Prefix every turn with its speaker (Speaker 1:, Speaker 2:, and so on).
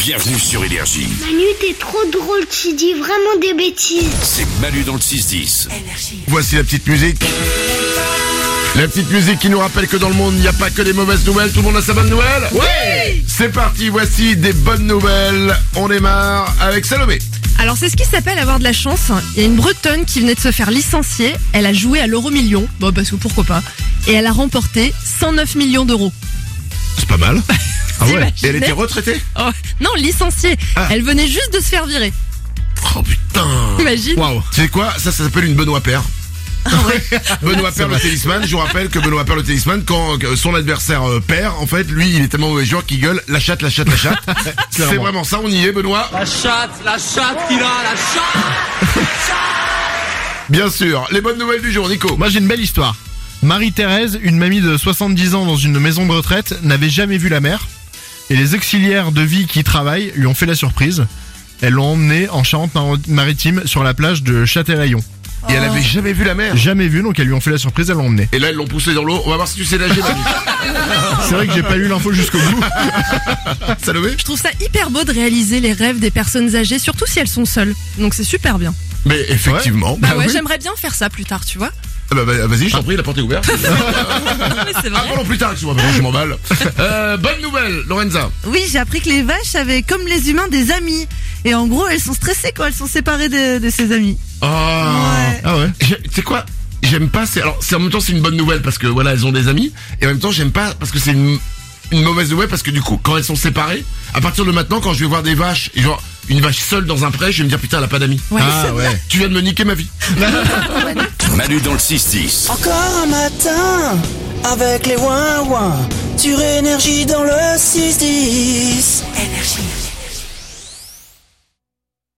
Speaker 1: Bienvenue sur Énergie.
Speaker 2: Manu, t'es trop drôle, tu dis vraiment des bêtises.
Speaker 1: C'est Manu dans le 6-10.
Speaker 3: Voici la petite musique. La petite musique qui nous rappelle que dans le monde, il n'y a pas que des mauvaises nouvelles. Tout le monde a sa bonne nouvelle Oui C'est parti, voici des bonnes nouvelles. On démarre avec Salomé.
Speaker 4: Alors c'est ce qui s'appelle avoir de la chance. Il y a une Bretonne qui venait de se faire licencier. Elle a joué à l'euro million. Bon parce que pourquoi pas. Et elle a remporté 109 millions d'euros.
Speaker 3: C'est pas mal. Ah ouais
Speaker 4: T'imagines
Speaker 3: Et elle était retraitée
Speaker 4: Oh, non, licenciée.
Speaker 3: Ah.
Speaker 4: Elle venait juste de se faire virer.
Speaker 3: Oh putain
Speaker 4: Imagine.
Speaker 3: Waouh Ah Tu sais quoi Ça, ça s'appelle une Benoît Paire. Benoît Paire le tennisman, je vous rappelle que Benoît Paire le tennisman, quand euh, son adversaire euh, perd, en fait, lui, il est tellement mauvais joueur qu'il gueule la chatte, la chatte, la chatte. C'est vraiment ça, on y est, Benoît.
Speaker 5: La chatte, la chatte qu'il a, la chatte
Speaker 3: Bien sûr. Les bonnes nouvelles du jour, Nico.
Speaker 6: Moi j'ai une belle histoire. Marie-Thérèse, une mamie de 70 ans dans une maison de retraite, n'avait jamais vu la mer. Et les auxiliaires de vie qui y travaillent lui ont fait la surprise. Elles l'ont emmenée en Charente-Maritime sur la plage de Châtelaillon.
Speaker 3: Et elle avait jamais vu la mer.
Speaker 6: Jamais vue, donc elles lui ont fait la surprise, elles l'ont emmenée.
Speaker 3: Et là, ils l'ont poussé dans l'eau. On va voir si tu sais nager, Manu.
Speaker 6: C'est vrai que j'ai pas lu l'info jusqu'au bout.
Speaker 3: Salomé
Speaker 4: Je trouve ça hyper beau de réaliser les rêves des personnes âgées, surtout si elles sont seules. Donc c'est super bien.
Speaker 3: Mais effectivement.
Speaker 4: Bah ouais, j'aimerais bien faire ça plus tard, tu vois.
Speaker 3: Ah bah, bah, vas-y, je t'en prie, la porte est ouverte.
Speaker 4: Mais c'est
Speaker 3: ah,
Speaker 4: vrai.
Speaker 3: pardon, plus tard, excuse-moi, pardon, je m'emballe. Euh, bonne nouvelle, Lorenza.
Speaker 7: Oui, j'ai appris que les vaches avaient, comme les humains, des amis. Et en gros, elles sont stressées, quoi. Elles sont séparées de, de ses amis.
Speaker 3: Oh.
Speaker 7: Ouais.
Speaker 6: Ah ouais
Speaker 3: J'ai- Tu sais quoi J'aime pas, c'est, alors, c'est en même temps, c'est une bonne nouvelle parce que voilà, elles ont des amis. Et en même temps, j'aime pas parce que c'est une, une mauvaise nouvelle parce que du coup, quand elles sont séparées, à partir de maintenant, quand je vais voir des vaches, et genre, une vache seule dans un pré, je vais me dire putain, elle a pas d'amis.
Speaker 4: Ouais.
Speaker 6: Ah ouais.
Speaker 3: Tu viens de me niquer ma vie.
Speaker 1: Manu dans le 6-10.
Speaker 8: Encore un matin avec les ouin-ouin sur énergie dans le 6-10. Énergie.